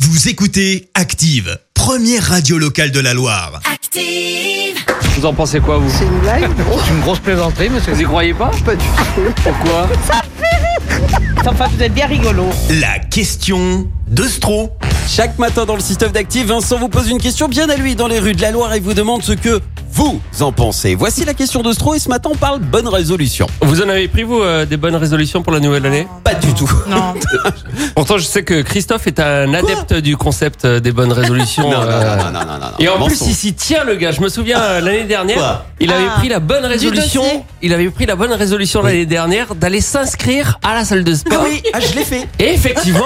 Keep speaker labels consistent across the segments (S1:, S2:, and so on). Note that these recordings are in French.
S1: Vous écoutez Active, première radio locale de la Loire.
S2: Active!
S3: Vous en pensez quoi, vous
S4: C'est une blague
S3: C'est une grosse plaisanterie, monsieur. Vous y croyez pas
S4: Pas du tout.
S3: Pourquoi
S4: Enfin, vous êtes bien rigolo.
S1: La question de Stro.
S5: Chaque matin dans le système d'Active, Vincent vous pose une question bien à lui dans les rues de la Loire et vous demande ce que vous en pensez. Voici la question de Stro et ce matin on parle bonne résolution.
S3: Vous en avez pris, vous, euh, des bonnes résolutions pour la nouvelle année
S5: Pas du tout.
S3: Oh,
S4: Non.
S3: Pourtant, je sais que Christophe est un adepte du concept euh, des bonnes résolutions.
S5: Non, non,
S3: euh,
S5: non, non, non, non, non.
S3: Et en plus,
S5: Mensonge.
S3: il s'y tient, le gars. Je me souviens euh, l'année dernière,
S5: Quoi
S3: il avait
S4: Ah.
S3: pris la bonne résolution.
S4: dossier.
S3: Il avait pris la bonne résolution l'année dernière d'aller s'inscrire à la salle de sport.
S5: Ah oui, ah, je l'ai fait.
S3: Et effectivement,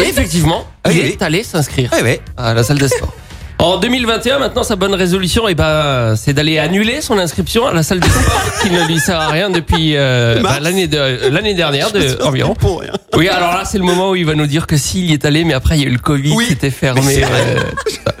S3: effectivement,
S5: Ah
S3: il
S5: oui.
S3: est allé s'inscrire
S5: Ouais, ouais.
S3: à la salle de sport. En 2021, maintenant, sa bonne résolution, eh ben, c'est d'aller annuler son inscription à la salle de sport qui ne lui sert à rien depuis euh,
S5: Mars.
S3: bah, l'année de- l'année dernière de, environ.
S5: Pour rien.
S3: Oui, alors là, c'est le moment où il va nous dire que s'il y est allé, mais après, il y a eu le Covid,
S5: Oui.
S3: c'était fermé. euh,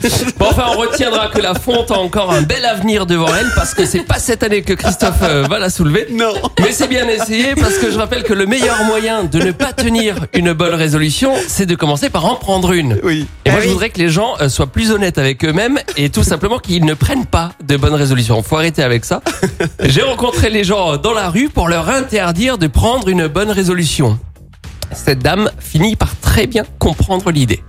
S3: tout ça. bon, enfin, on retiendra que la fonte a encore un bel avenir devant elle parce que c'est pas cette année que Christophe euh, va la soulever.
S5: Non.
S3: Mais c'est bien essayé parce que je rappelle que le meilleur moyen de ne pas tenir une bonne résolution, c'est de commencer par en prendre une.
S5: Oui.
S1: Bah
S3: Et moi, je voudrais que les gens euh, soient plus honnêtes avec eux-mêmes et tout simplement qu'ils ne prennent pas de bonnes résolutions. Faut arrêter avec ça. J'ai rencontré les gens dans la rue pour leur interdire de prendre une bonne résolution. Cette dame finit par très bien comprendre l'idée.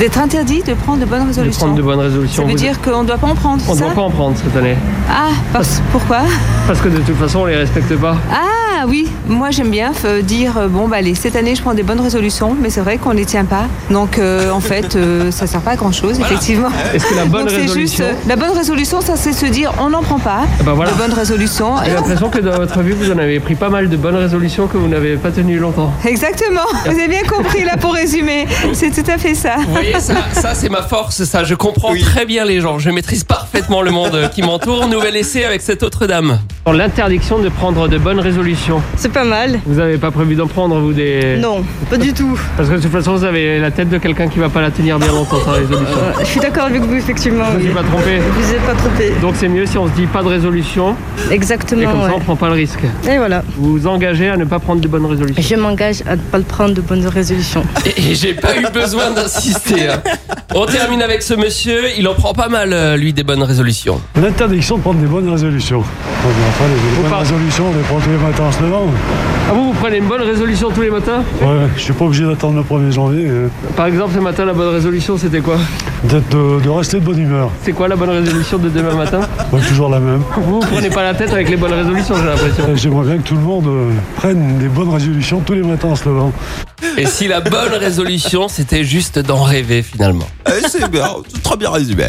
S6: D'être interdit de prendre de bonnes résolutions.
S3: bonnes résolutions,
S6: Ça veut dire qu'on ne doit pas en prendre, c'est ça
S3: en prendre cette année.
S6: Ah, parce, pourquoi
S3: Parce que de toute façon, on les respecte pas.
S6: Ah oui, moi j'aime bien euh, dire, euh, bon bah allez, cette année je prends des bonnes résolutions, mais c'est vrai qu'on ne les tient pas. Donc euh, en fait, euh, ça ne sert pas à grand chose, effectivement.
S3: Est-ce que la
S6: Donc c'est juste, euh, la bonne résolution, Ah. ça c'est se dire, on n'en prend pas.
S7: Eh
S3: ben voilà.
S6: De bonnes résolutions.
S3: l'impression que dans votre vie, vous en avez pris pas mal de bonnes résolutions que vous n'avez pas tenues longtemps.
S6: Exactement, vous avez bien compris là pour résumer. C'est tout à fait ça.
S3: Vous voyez, ça, ça c'est ma force, ça. Je comprends très bien les gens. Je maîtrise parfaitement le monde qui m'entoure. Nouvel essai avec cette autre dame.
S7: Dans l'interdiction de prendre de bonnes résolutions.
S4: C'est pas mal.
S7: Vous n'avez pas prévu d'en prendre, vous, des...
S4: Non, pas du tout.
S7: Parce que de toute façon, vous avez la tête de quelqu'un qui va pas la tenir bien longtemps, sa résolution.
S4: Euh, je suis d'accord avec vous, effectivement.
S7: Je ne
S4: oui.
S7: suis pas trompé.
S6: euh,
S4: Vous n'êtes pas trompé.
S7: Donc c'est mieux si on se dit pas de résolution, et comme
S4: Exactement,
S7: ça, on
S4: ouais.
S7: prend pas le risque.
S4: Et voilà.
S7: Vous vous engagez à ne pas prendre de bonnes résolutions.
S4: Je m'engage à ne pas le prendre de bonnes résolutions.
S3: Et, et j'ai pas eu besoin d'insister. hein. On termine avec ce monsieur. Il en prend pas mal, euh, lui, des bonnes résolutions.
S8: L'interdiction de prendre des bonnes résolutions. Oh, mais enfin, les, les bonnes
S7: parlez.
S8: résolutions, on les prend tous les matins en se levant.
S7: Ah, vous, vous prenez une bonne résolution tous les matins
S8: Ouais, je suis pas obligé d'attendre le 1er janvier. euh,
S7: Par exemple, ce matin, la bonne résolution, c'était quoi
S8: D'être de, de rester de bonne humeur.
S7: C'est quoi la bonne résolution de demain matin
S8: Ouais, toujours la même.
S7: Vous, vous prenez pas la tête avec les bonnes résolutions, j'ai l'impression.
S8: Euh, J'aimerais bien que tout le monde euh, prenne des bonnes résolutions tous les matins en se levant.
S3: Et si la bonne résolution, c'était juste d'en rêver, finalement.
S5: Eh, C'est bien, c'est très bien résumé.